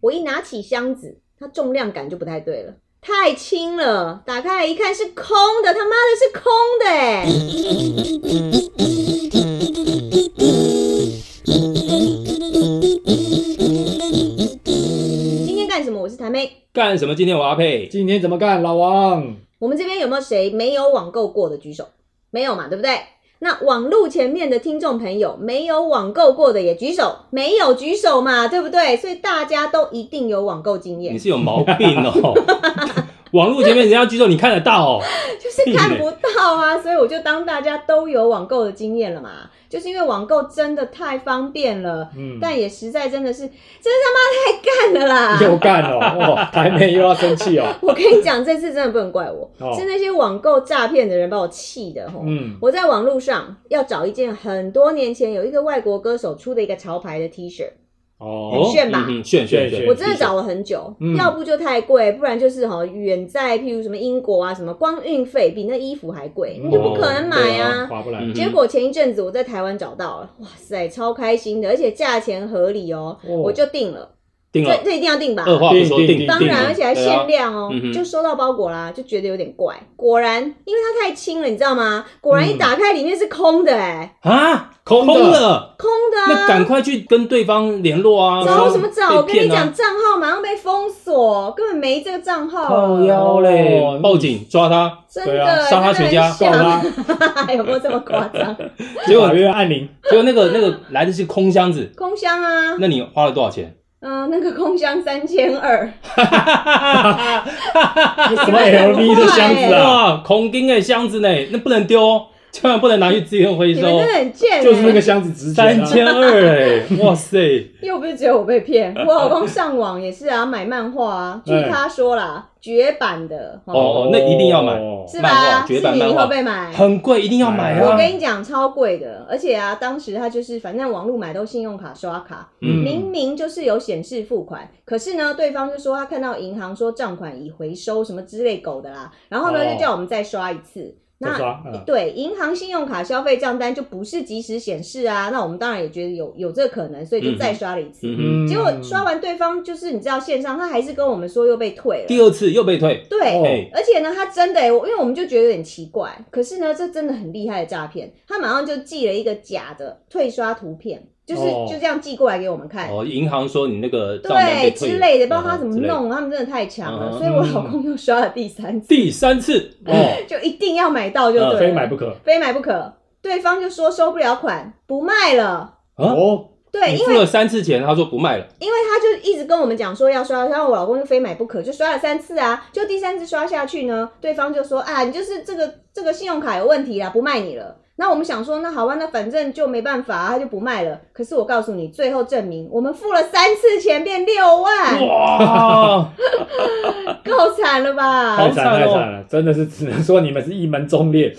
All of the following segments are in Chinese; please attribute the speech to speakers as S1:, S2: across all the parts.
S1: 我一拿起箱子，它重量感就不太对了，太轻了。打开来一看是空的，他妈的是空的哎、今天干什么？我是台妹。
S2: 干什么？今天我阿佩，
S3: 今天怎么干，老王？
S1: 我们这边有没有谁没有网购过的举手？没有嘛，对不对？那网路前面的听众朋友，没有网购过的也举手，没有举手嘛，对不对？所以大家都一定有网购经验
S2: 你，是有毛病哦！ 网络前面人家举手，你看得到哦。
S1: 就是看不到啊，所以我就当大家都有网购的经验了嘛。就是因为网购真的太方便了，
S3: 嗯，
S1: 但也实在真的是，真他妈太干了啦！
S3: 又干了哦，台妹又要生气哦。
S1: 我跟你讲，这次真的不能怪我，
S3: 哦
S1: 是那些网购诈骗的人把我气的吼。
S3: 嗯，
S1: 我在网络上要找一件很多年前有一个外国歌手出的一个潮牌的 T 恤，
S3: 哦，
S1: 炫吧
S2: 嗯嗯炫炫炫！
S3: 对
S1: 我真的找了很久，
S3: 嗯
S1: 要不就太贵，不然就是哈远在譬如什么英国啊，什么光运费比那衣服还贵，你就不可能买啊。
S3: 划不来。
S2: 嗯
S1: 结果前一阵子我在台湾找到了，哇塞，超开心的，而且价钱合理哦，
S3: 哦
S1: 我就定了。
S2: 定
S1: 这
S2: 了，
S1: 这一定要定吧？
S2: 二话不说
S3: 定
S2: 定定，
S3: 定
S1: 当然，而且还
S2: 对啊
S1: 限量哦、
S2: 嗯哼
S1: 就收到包裹啦，就觉得有点怪。果然，因为它太轻了，你知道吗？果
S2: 嗯
S1: 然一打开里面是空的、哎、
S2: 啊，
S3: 空的
S2: 空了，
S1: 空的
S2: 那
S1: 啊！
S2: 赶快去跟对方联络啊！
S1: 找
S2: 说
S1: 什么找？我
S2: 被
S1: 跟你
S2: 骗啊
S1: 讲，，账号马上被封锁，根本没这个账号
S2: 靠
S1: 了，
S2: 腰嘞
S3: 哦，
S2: 报警抓他，
S1: 真
S3: 对
S1: 的、
S3: 啊
S2: 杀他全家
S3: 告
S1: 真的
S3: 他
S1: 很， 像有没有这么夸 张？
S2: 结果
S3: 法院按铃。
S2: 结果那个那个来的是空箱子，
S1: 空箱啊，
S2: 那你花了多少钱？
S1: 嗯、那个空箱三千二，
S3: 什么 LV
S1: 欸
S3: 的箱子啊？
S2: 哇，哎空钉的箱子呢？那不能丢哦，千万不能拿去资源回
S1: 你们
S2: 收哦
S1: 真。的很贱、哎
S3: 就是那个箱子值钱
S2: 三
S3: 啊。
S2: 千 二哎，哇塞！
S1: 又不是只有我被骗，我老 公上网也是啊，买漫画啊，据
S3: 哎
S1: 他说啦，绝版的
S2: 哦那一定要买
S3: 哦
S1: 是
S2: 漫
S1: 吧？
S2: 画
S1: 是
S2: 绝版
S1: 你
S2: 漫画
S1: 会被买。
S2: 很贵，一定要买
S1: 我
S2: 啊！
S1: 跟你讲，超贵的，而且啊，当时他就是反正网络买都信用卡刷卡，
S2: 嗯
S1: 明明就是有显示付款，可是呢，对方就说他看到银行说账款已回收什么之类狗的啦，然后呢
S3: 哦
S1: 就叫我们再刷一次。
S3: 再
S1: 那
S3: 刷，嗯
S1: 对，银行信用卡消费账单就不是及时显示啊，那我们当然也觉得有有这可能，所以就再刷了一次。
S2: 嗯
S3: 嗯
S1: 结果刷完，对方就是你知道线上，他还是跟我们说又被退了。
S2: 第二次又被退，
S1: 对，
S3: 哦
S2: 哎，
S1: 而且呢，他真的、欸，我因为我们就觉得有点奇怪，可是呢，这真的很厉害的诈骗，他马上就寄了一个假的退刷图片，就是、
S3: 哦
S1: 就这样寄过来给我们看，
S2: 哦，银行说你那个账单
S1: 对
S2: 被退
S1: 之类的，
S2: 嗯
S1: 不知道他怎么
S2: 之类的
S1: 弄，他们真的太强了，
S2: 嗯
S1: 所以我老公又刷了第三次，
S2: 第三次哦，
S1: 就一定要买到就对
S2: 嗯
S1: 了，
S3: 非买不可。
S1: 非买不可，对方就说收不了款，不卖了，
S2: 啊
S3: 哦，
S1: 对，
S2: 你
S1: 因
S2: 付
S1: 为
S2: 了三次钱，他说不卖 了，
S1: 因为他就一直跟我们讲说要刷，然后我老公就非买不可，就刷了三次啊。就第三次刷下去呢，对方就说啊，你就是这个这个信用卡有问题啦，不卖你了。那我们想说，那好吧，那反正就没办法、啊，他就不卖了。可是我告诉你，最后证明我们付了三次钱变六万，
S2: 哇，
S1: 够惨了吧
S2: 好
S3: 太？
S2: 惨
S3: 惨
S2: 哦
S3: 太惨了，真的是只能说你们是一门忠烈，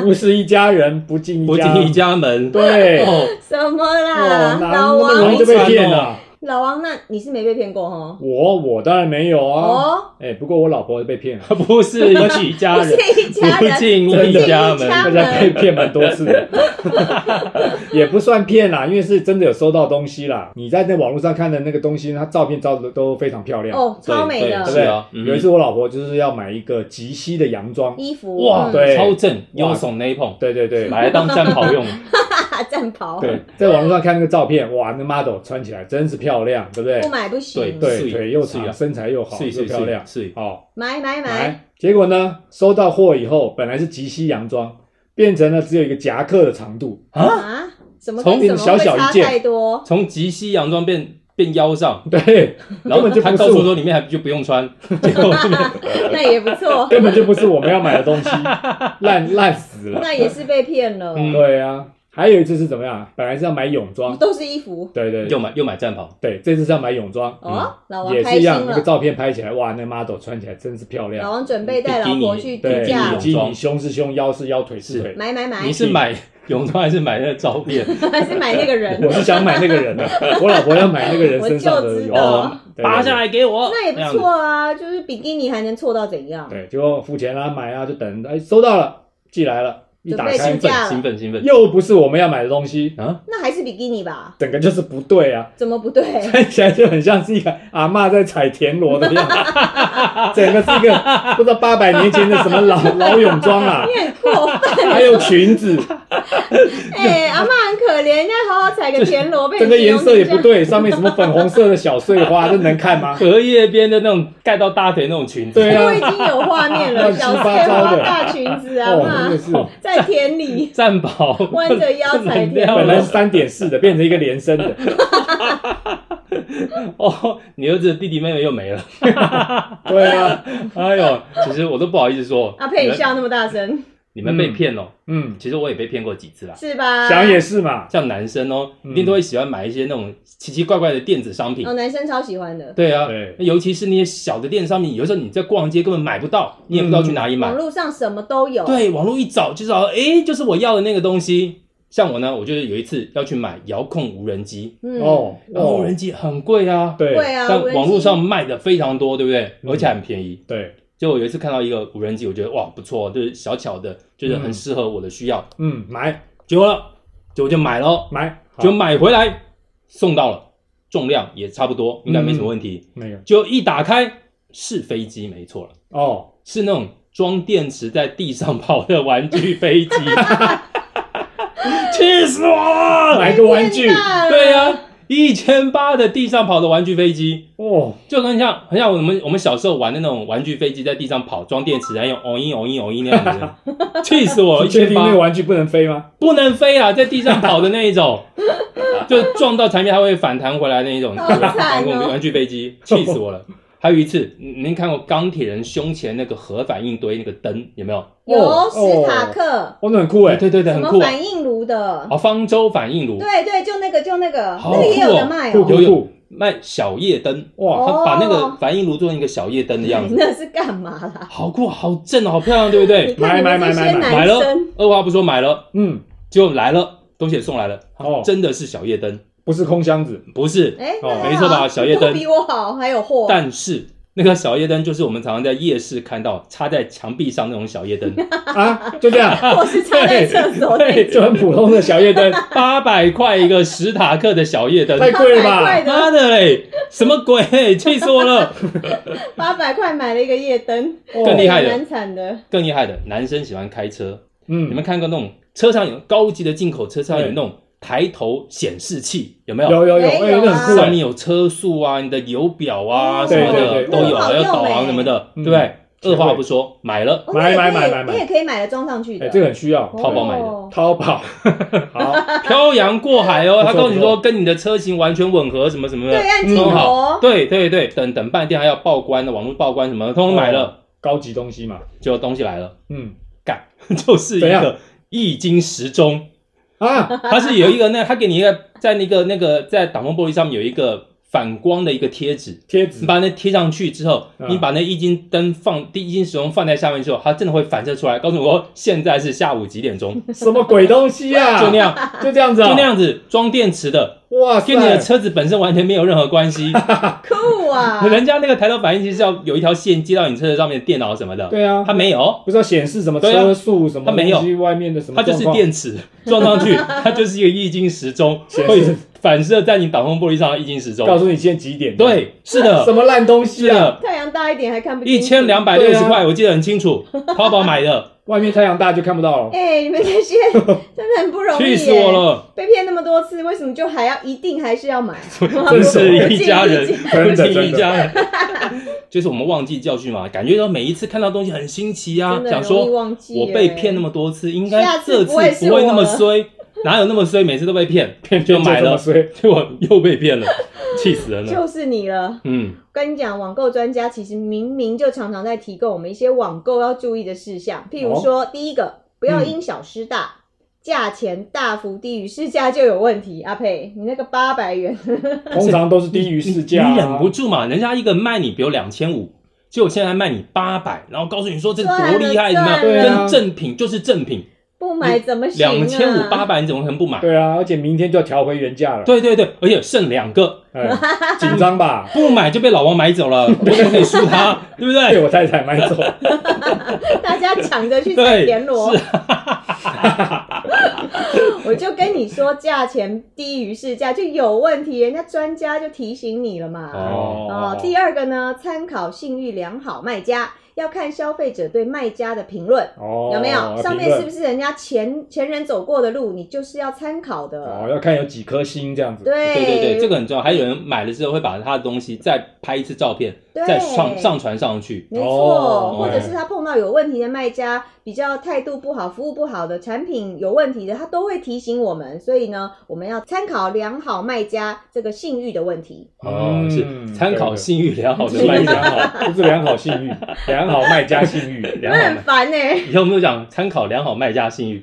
S3: 不是一家人，不进
S2: 不
S3: 一
S2: 进
S3: 家。
S2: 一家门，
S3: 对，哦，
S2: 哦，
S1: 什么
S3: 哪
S1: 啦，
S3: 那
S1: 老
S3: 么容
S1: 王
S3: 易，就被骗了？
S1: 老王，那你是没被骗过哦？
S3: 我我当然没有啊，
S1: 哦，
S3: 哎，不过我老婆被骗了，
S2: 不是一家
S1: 不
S2: 人
S1: 是，一家
S2: 不
S1: 人，
S2: 进
S3: 真的
S2: 一家
S1: 他
S2: 门，
S3: 大
S1: 们
S3: 家被骗蛮多 次的，也不算骗啦，因为是真的有收到东西啦。你在那网络上看的那个东西，它照片照的都非常漂亮，
S1: 哦，超美
S3: 对不
S1: 的
S2: 是啊
S3: 对？
S2: 嗯
S3: 有一次我老婆就是要买一个及膝的洋装，
S1: 衣服，
S2: 哇，
S1: 嗯
S3: 对
S2: 超正，优手内捧，
S3: 对对对，
S2: 买来当战袍 用，
S1: 战袍，
S3: 对，在网络上看那个照片，哇，那 model 穿起来真是漂亮，对不对
S1: 不？买不行，
S2: 对
S3: 对，腿又
S2: 是啊
S3: 长，身材又好，
S2: 是
S3: 又
S2: 是
S3: 漂亮
S2: 是，是，
S3: 哦，
S1: 买买买，
S3: 来，结果呢，收到货以后，本来是及膝洋装，变成了只有一个夹克的长度，
S2: 啊，
S1: 啊，怎么
S2: 从
S1: 跟什么
S3: 小小
S1: 会
S3: 一
S1: 差
S3: 件
S1: 太 多？
S2: 从及膝洋装变变腰上，
S3: 对，
S2: 然后
S3: 根本就
S2: 他
S3: 不是
S2: 告诉
S3: 我
S2: 说里面还就不用穿，
S1: 那也不错，
S3: 根本就不是我们要买的东 西，烂烂死了。
S1: 那也是被骗了，
S2: 嗯
S3: 对啊，还有一次是怎么样？本来是要买泳装，
S1: 都是衣服
S3: 对对
S2: 又
S3: 对，
S2: 买又买战袍，
S3: 对，这次是要买泳装，嗯
S1: 哦。老王
S3: 也
S1: 开
S3: 是一
S1: 心
S3: 样，那
S1: 了，
S3: 个
S1: 哦
S3: 照片拍起来，哇，那 model 穿起来真是漂
S1: 老
S3: 亮，
S1: 王准备带老婆去度假
S3: 对，比
S2: 泳
S1: 了，
S3: 基
S2: 装
S3: 尼胸是胸，腰是腰，腿是
S2: 是
S3: 腿。
S1: 买买买
S2: 你，是买泳装还是买那个照片？
S1: 还是买那个人
S3: 我？是想买那个人 的，我老婆要买那个人身上
S1: 我就
S3: 的
S1: 知
S3: 泳
S1: 道
S3: 装，对对对
S2: 扒下来给我，
S1: 那也不
S2: 这样子
S1: 错啊，就是比基尼还能错到怎样？
S3: 对，就付钱啦、买啊，就等，哎，收到了，寄来了，一打
S1: 准备
S3: 开
S1: 休
S2: 兴
S1: 假
S2: 奋
S1: 了
S2: 兴奋兴奋，
S3: 又不是我们要买的东西啊，
S1: 那还是比基尼吧？
S3: 整个就是不对啊，
S1: 怎么不对？
S3: 看起来就很像是一个阿嬷在采田螺的样子， 整个是一个不知道八百年前的什么老老泳装啊，
S1: 你很过分！
S3: 还有裙子，
S1: 哎、阿妈很可怜，人家好好采个田螺，被
S3: 整
S1: 你
S3: 个
S1: 形
S3: 颜
S1: 容
S3: 色也
S1: 成这
S3: 不
S1: 样。
S3: 对，上面什么粉红色的小 碎花，这能看吗？
S2: 荷叶边的那种盖到大腿那种裙子，
S3: 对 啊
S1: 我已经有画面了，
S3: 乱七
S1: 小碎
S3: 八糟
S1: 花
S3: 的
S1: 大裙子啊，
S3: 哦，
S1: 妈
S3: 真的是，
S1: 在田里，
S2: 战袍
S1: 弯着腰踩
S2: 冷掉
S1: 天
S3: 本来是
S2: 了。
S3: 三点四的，变成一个连身的，
S2: 哦，你儿子的弟弟妹妹又没了。
S3: 对啊，
S2: 哎呦，其实我都不好意思说。
S1: 阿佩
S2: 你
S1: 你
S2: 们
S1: 笑那么大声，
S2: 你们被骗了，
S3: 嗯，
S2: 其实我也被骗过几次啦。
S1: 是吧？
S3: 想也是嘛，
S2: 像男生哦，
S3: 嗯
S2: 一定都会喜欢买一些那种奇奇怪怪的电子商品
S1: 哦，。男生超喜欢的，
S2: 对啊，
S3: 对
S2: 尤其是那些小的电子商品，有时候你在逛街根本买不到，你也
S3: 嗯
S2: 不知道去哪里买
S1: 网。络上什么都有。
S2: 对，网络一找就找到，哎，就是我要的那个东西。像我呢，我就是有一次要去买遥控无人机，
S1: 嗯，
S3: 哦
S2: 然后无
S3: 哦
S2: 人，机很贵啊，
S1: 对
S3: 对
S1: 啊，
S2: 但
S1: 无人
S2: 网络
S1: 机
S2: 上卖的非常多，对不对？
S3: 嗯
S2: 而且很便宜。
S3: 对，
S2: 就我有一次看到一个无人机，我觉得哇不错，就是小巧的，就是很
S3: 嗯
S2: 适合我的需要。
S3: 嗯，买
S2: 结果呢，结果就买了，
S3: 买，好
S2: 就买回来送到了，重量也差不多，应该没什么问题。
S3: 那个
S2: 就一打开是飞机，没错了，
S3: 哦，
S2: 是那种装电池在地上跑的玩具飞机，气死我了！
S3: 买个玩具
S1: 太大了
S2: 对呀、啊，一千八的地上跑的玩具飞机。
S3: 哦，
S2: 就跟像很像我们我们小时候玩的那种玩具飞机，在地上跑装电池，然后用哦音哦音哦音那样子，气死我了！
S3: 你
S2: 一
S3: 确
S2: 千
S3: 定那个
S2: 八
S3: 玩具不能飞吗？
S2: 不能飞啊，在地上跑的那一种，就撞到产品它会反弹回来那一种
S1: 好惨哦
S2: 玩具玩具飞机，气死我了！还有一次，你您看过钢铁人胸前那个核反应堆那个灯有没有？
S1: 有
S3: 哦
S1: 史塔克，
S3: 哦，那很酷哎，
S2: 对对对，
S1: 什
S2: 很
S1: 么
S2: 酷啊！
S1: 反应炉的，
S2: 哦，方舟反应炉
S1: 对对，就那个就那个，
S2: 好
S1: 那个也有
S2: 酷哦
S1: 的卖
S3: 酷
S1: 哦。
S2: 有
S3: 酷
S2: 有
S3: 酷，
S2: 卖小夜灯，
S3: 哇，
S1: 哦
S2: 它把那个反应炉做成一个小夜灯的样
S1: 你
S2: 子，
S1: 那是干嘛啦？
S2: 好酷，好正哦，好漂亮，对不对
S1: 你？看你
S3: 买
S1: 们
S3: 买
S1: 这些
S3: 买买买
S2: 买
S1: 男
S2: 了
S1: 生，，
S2: 二话不说买了，
S3: 嗯，
S2: 结果来了，东西也送来了，
S3: 哦
S2: 真的是小夜灯，
S3: 不是空箱子，
S2: 不是，
S1: 哎，
S3: 哦
S1: 那还
S2: 没错吧
S1: 好
S2: 小夜
S1: 你做
S2: 灯
S1: 比我好，还有货。
S2: 但是那个小夜灯就是我们常常在夜市看到插在墙壁上那种小夜灯，
S3: 啊， 就这 样，
S1: 我是插在厕所那
S2: 对
S1: 种，
S3: 就很普通的小夜灯，
S2: 八百块一个史塔克的小夜灯。
S3: 太 贵了
S1: 八百块
S3: 吧？
S1: 的
S2: 妈的嘞，什么鬼？气死我了！
S1: 八百块买了一个夜灯，
S2: 更哦厉害的
S1: 也蛮惨的。
S2: 更厉害的，男生喜欢开车，你
S3: 嗯
S2: 们，看过那种车上有高级的进口车上有
S3: 对
S2: 那种抬头显示器，有没有？
S3: 有有有，哎，
S1: 没有啊
S3: 那很酷
S2: 上
S3: 哎，
S2: 面有车速啊，你的油表啊
S1: 哦
S2: 什么
S3: 对对
S2: 的
S3: 对
S2: 都有，
S1: 那
S2: 还
S1: 很好
S2: 有
S1: 用
S2: 导航
S1: 欸
S2: 什么的，对
S3: 嗯
S2: 不对？二话
S3: 对
S2: 不说买了，
S1: 哦那也
S3: 买买
S1: 可以
S3: 买买
S1: 你也可以买了装上去
S3: 哎，
S1: 的，
S3: 这个很需要，
S2: 淘宝买的
S1: 哦
S3: 淘宝， 好，
S1: 嗯
S2: 漂洋过海哦，
S3: 不错
S2: 他告诉你
S3: 不错
S2: 说跟你的车型完全吻合，什么什么的
S1: 对，，哦按镜
S2: 弄嗯好，
S1: 头，
S2: 对对对，等等半天还要报关的，网络报关什么的，通通买了，
S3: 高级东西嘛，
S2: 结果东西来了，
S3: 嗯，
S2: 干，就是一个
S3: 怎样
S2: 易经时钟，
S3: 啊，
S2: 它是有一个那，它给你一个在那个那个在挡风玻璃上面有一个反光的一个贴纸，
S3: 贴
S2: 你
S3: 纸，
S2: 把那贴上去之后，
S3: 嗯
S2: 你把那易经灯放，第易经时钟放在下面之后，它真的会反射出来，告诉我现在是下午几点钟，就
S3: 什么鬼东西啊？
S2: 那样，
S3: 就这样 子
S2: 就
S3: 啊，
S2: 那，样子装电池的，
S3: 哇塞，
S2: 跟你的车子本身完全没有任何关系。
S1: 酷啊！
S2: 人家那个抬头反应器是要有一条线接到你车子上面的电脑什么的，
S3: 对啊，
S2: 它没有，
S3: 不是要显示什么
S2: 对啊
S3: 车速什么
S2: 它没有
S3: 东西外面的什么
S2: 它就
S3: 状
S2: 是
S3: 况，
S2: 电池撞上去，它就是一个易经时 钟，
S3: 显
S2: 会
S3: 示
S2: 反射在你挡风玻璃上的易经时
S3: 告
S2: 钟。
S3: 诉你现在几点。，
S2: 对，是的，
S3: 什么烂东
S2: 是
S3: 西啊！
S2: 的，
S1: 太阳大一点还看不
S2: 一
S1: 清楚
S2: 千两百六
S3: 对
S2: 十
S3: 啊
S2: 块，我记得很清楚，淘宝买 的，
S3: 外面太阳大就看不到了。
S1: 哎、你们这 些真的很不容易耶
S2: 气死我！了，
S1: 被骗那么多次，为什么就还要一定还是要买？
S2: 真是一家 人，
S3: 真的
S2: 真是
S3: 真
S2: 一
S3: 的
S2: 家人。 就是我们忘记教训嘛，感觉到每一次看到东西很新奇啊
S1: 真，的
S2: 想
S1: 很容易
S2: 说
S1: 忘记耶。
S2: 我被骗那么多次，应该
S1: 下次
S2: 这
S1: 不会是
S2: 不会那
S1: 我
S2: 么
S1: 了
S2: 衰，哪有那么衰，每次都被骗，骗就
S3: 就
S2: 买
S3: 这么
S2: 了。
S3: 衰，
S2: 结果又被骗了，气死人了。
S1: 就是你了。
S2: 嗯，
S1: 跟你讲，网购专家其实明明就常常在提供我们一些网购要注意的事项，譬如
S2: 哦
S1: 说，第一个，不要因小失大。
S2: 嗯
S1: 价钱大幅低于市价就有问题，阿佩，你那个八百元，
S3: 通常都是低于市价啊。
S2: 你忍不住嘛，人家一个卖你比如两千五，结果现在卖你八百，然后告诉你说这个多厉害，怎么样，
S1: 赚
S3: 了赚了
S2: 跟正品就是正品，
S1: 不买怎么行啊？
S2: 两千五八百你怎么可能不买？
S3: 对啊，而且明天就要调回原价了。
S2: 对对对，而且剩两个，
S3: 哎，紧 张吧？
S2: 不买就被老王买走 了，我怎么可以输他？对不
S3: 被
S2: 对？
S3: 我太太买走，
S1: 大家抢着去采
S2: 对，
S1: 田螺
S2: 是，啊，
S1: 我就跟你说价钱低于市价就有问题，人家专家就提醒你了嘛。哦，第二个呢，参考信誉良好卖家，要看消费者对卖家的评论。
S3: 哦，
S1: 有没有？上面
S3: 评论
S1: 是不是人家前前人走过的路，你就是要参考的。
S3: 哦，要看有几颗星这样子。
S1: 对
S2: 对对对，这个很重要。还有人买了之后会把他的东西再拍一次照片，
S1: 对
S2: 再上上传上去。
S1: 没错，
S3: 哦
S1: 或者是他碰到有问题的卖家，比较态度不好、服务不好的产品有问题的，他都会提醒我们。所以呢，我们要参考良好卖家这个信誉的问题。
S2: 哦，
S3: 嗯
S2: 是参考信誉良好的
S3: 对对
S2: 卖
S3: 信誉
S2: 家。
S3: 良 好，就是良好信誉，良好卖家信誉，良
S1: 那
S3: 好
S1: 很
S3: 卖。
S1: 烦呢、
S2: 以后我们就讲参考良好卖家信 誉。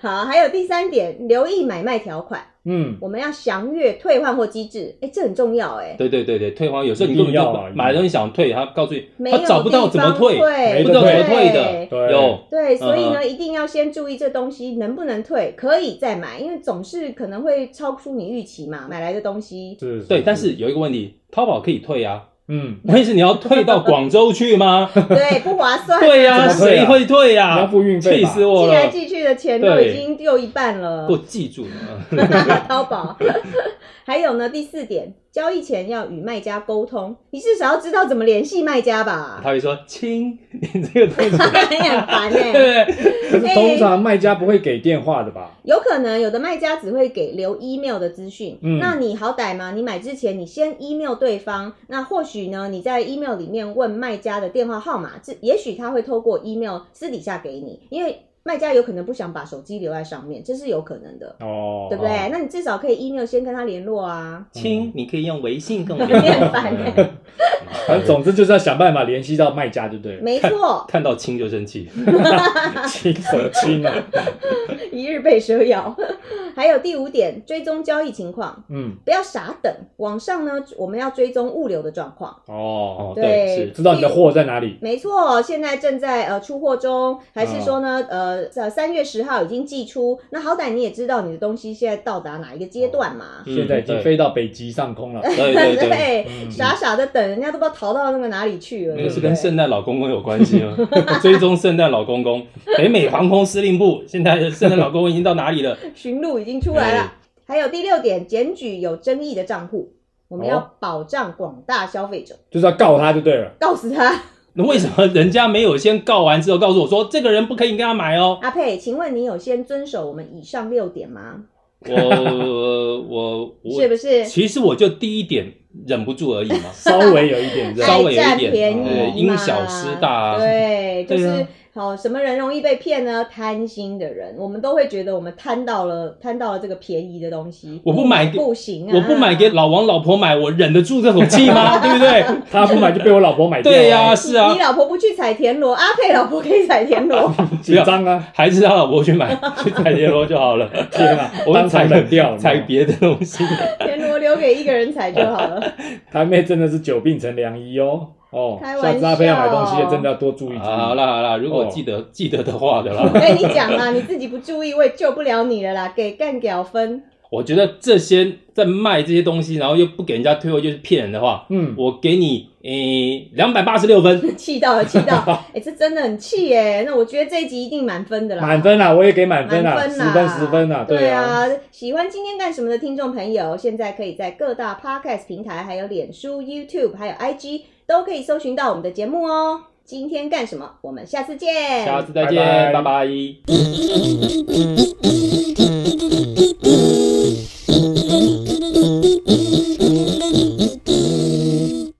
S1: 好，还有第三点，留意买卖条款，
S3: 嗯，
S1: 我们要详阅退换货机制。哎、这很重要哎、
S2: 对对对对，退还有时候你根本
S3: 一定要啊
S2: 就买了东西想退，他告诉
S1: 没
S2: 你
S1: 有
S2: 他找不到怎么
S1: 地方退
S2: 不知道怎么退
S1: 对
S2: 的。
S3: 对
S2: 有
S1: 对，所以呢，
S2: 嗯
S1: 一定要先注意这东西能不能退，可以再买，因为总是可能会超出你预期嘛，买来的东 西。
S3: 是，
S2: 对，但是有一个问题，淘宝可以退啊，
S3: 嗯，
S2: 问题是你要退到广州去 吗？
S1: 对，不划算。
S2: 对呀、
S3: 怎么退啊
S2: 谁会退
S3: 你
S2: 呀、
S3: 要付运费
S2: 气
S3: 吧？
S2: 死我
S1: 寄来
S2: 了！
S1: 寄去的钱都已经又一半了
S2: 给。我记住，嗯
S1: 淘宝。还有呢，第四点，交易前要与卖家沟通，你至少要知道怎么联系卖家吧
S2: 他。 会说：“亲，你这个东西，
S1: 很烦哎、
S2: 对不对？
S3: 可是通常卖家不会给电话的吧？
S1: 有可能有的卖家只会给留 email 的资讯，
S3: 嗯
S1: 那你好歹嘛，你买之前你先 email 对方，那或许呢，你在 email 里面问卖家的电话号码，这也许他会透过 email 私底下给你，因为卖家有可能不想把手机留在上面，这是有可能的，
S3: 哦，
S1: 对不对？那你至少可以 email 先跟他联络啊。
S2: 亲，你可以用微信 跟我
S1: 你
S2: 联
S1: 很
S2: 络。
S1: 烦欸
S2: 嗯”
S3: 反正总之就是要想办法联系到卖家，就对了。
S1: 没错，
S2: 看到亲就生气，
S3: 亲手 亲啊，
S1: 一日被蛇咬。 还有第五点，追踪交易情况，
S3: 嗯，
S1: 不要傻等。网上呢，我们要追踪物流的状况。
S2: 哦，
S3: 哦，
S1: 对
S2: 对，是
S3: 知道你的货在哪里，
S1: 没错，现在正在呃出货中，还是说呢，
S2: 嗯
S1: 呃呃三月十号已经寄出，那好歹你也知道你的东西现在到达哪一个阶段嘛。
S2: 嗯
S3: 现在已经飞到北极上空了。
S2: 对对对，
S3: 嗯
S1: 傻傻的等，人家都不知道逃到那个哪里去了。
S2: 那
S1: 对
S2: 个
S1: 不
S2: 是
S1: 对
S2: 跟圣诞老公公有关系吗？追踪圣诞老公公，北美航空司令部，现在的圣诞老公公已经到哪里了？
S1: 寻路已经出来了
S2: 哎。
S1: 还有第六点，检举有争议的账户，我们要
S3: 哦
S1: 保障广大消费者，
S3: 就是要告他就对了。。
S1: 告诉他。
S2: 那为什么人家没有先告完之后告诉我说这个人不可以跟他买哦？
S1: 阿佩，请问你有先遵守我们以上六点吗？
S2: 我我我
S1: 是不是？
S2: 其实我就第一点忍不住而已 嘛
S3: 稍微有一 点这
S2: 稍
S3: 样，
S2: 微有一点
S1: 爱占便宜嘛
S3: 对
S2: 因小失大啊
S1: 对，就
S2: 对
S1: 是
S2: 啊
S1: 好、什么人容易被骗呢？贪心的人，我们都会觉得我们贪到了贪到了这个便宜的东西，
S2: 我不买给
S1: 不行
S3: 嗯
S1: 啊，
S2: 我不买给老王老婆买，我忍得住这口气 吗？对不对？
S3: 他不买就被我老婆买掉。
S2: 对呀、
S3: 啊，
S2: 是啊
S1: 你，老婆不去采田螺，阿佩老婆可以采田 螺，
S3: 紧张啊，
S2: 还是让老婆去买，去采田螺就好 了。
S3: 天啊，
S2: 我
S3: 当
S2: 们采
S3: 场冷掉 了。
S2: 采别的东 西。
S1: 田螺留给一个人采就好了。
S3: 台妹真的是久病成良医哦。哦，
S1: 开玩
S3: 下次阿飞要买东西
S1: 笑
S3: 真的要多注意注
S2: 啊好
S3: 意。
S2: 啦好啦，如果记
S3: 哦
S2: 得、记得的话的啦，
S1: 我哎跟你讲啦，你自己不注意，我也救不了你了啦，给干屌分。
S2: 我觉得这些在卖这些东西，然后又不给人家退货，就是骗人的话，
S3: 嗯，
S2: 我给你诶两百八十六 分。
S1: 气到了，气到！ 哎、这真的很气耶。那我觉得这一集一定满分的啦，
S3: 满分啊，我也给满分
S1: 满
S3: 啊，
S1: 分
S3: 十
S1: 啦，
S3: 分十分啊，
S1: 对
S3: 啊。
S1: 啊。喜欢今天干什么的听众朋友，现在可以在各大 podcast 平台，还有脸书、YouTube，还有 IG 都可以搜寻到我们的节目哦。今天干什么？我们下次见，
S2: 下次再见，
S3: 拜
S2: 拜
S3: 拜
S2: 拜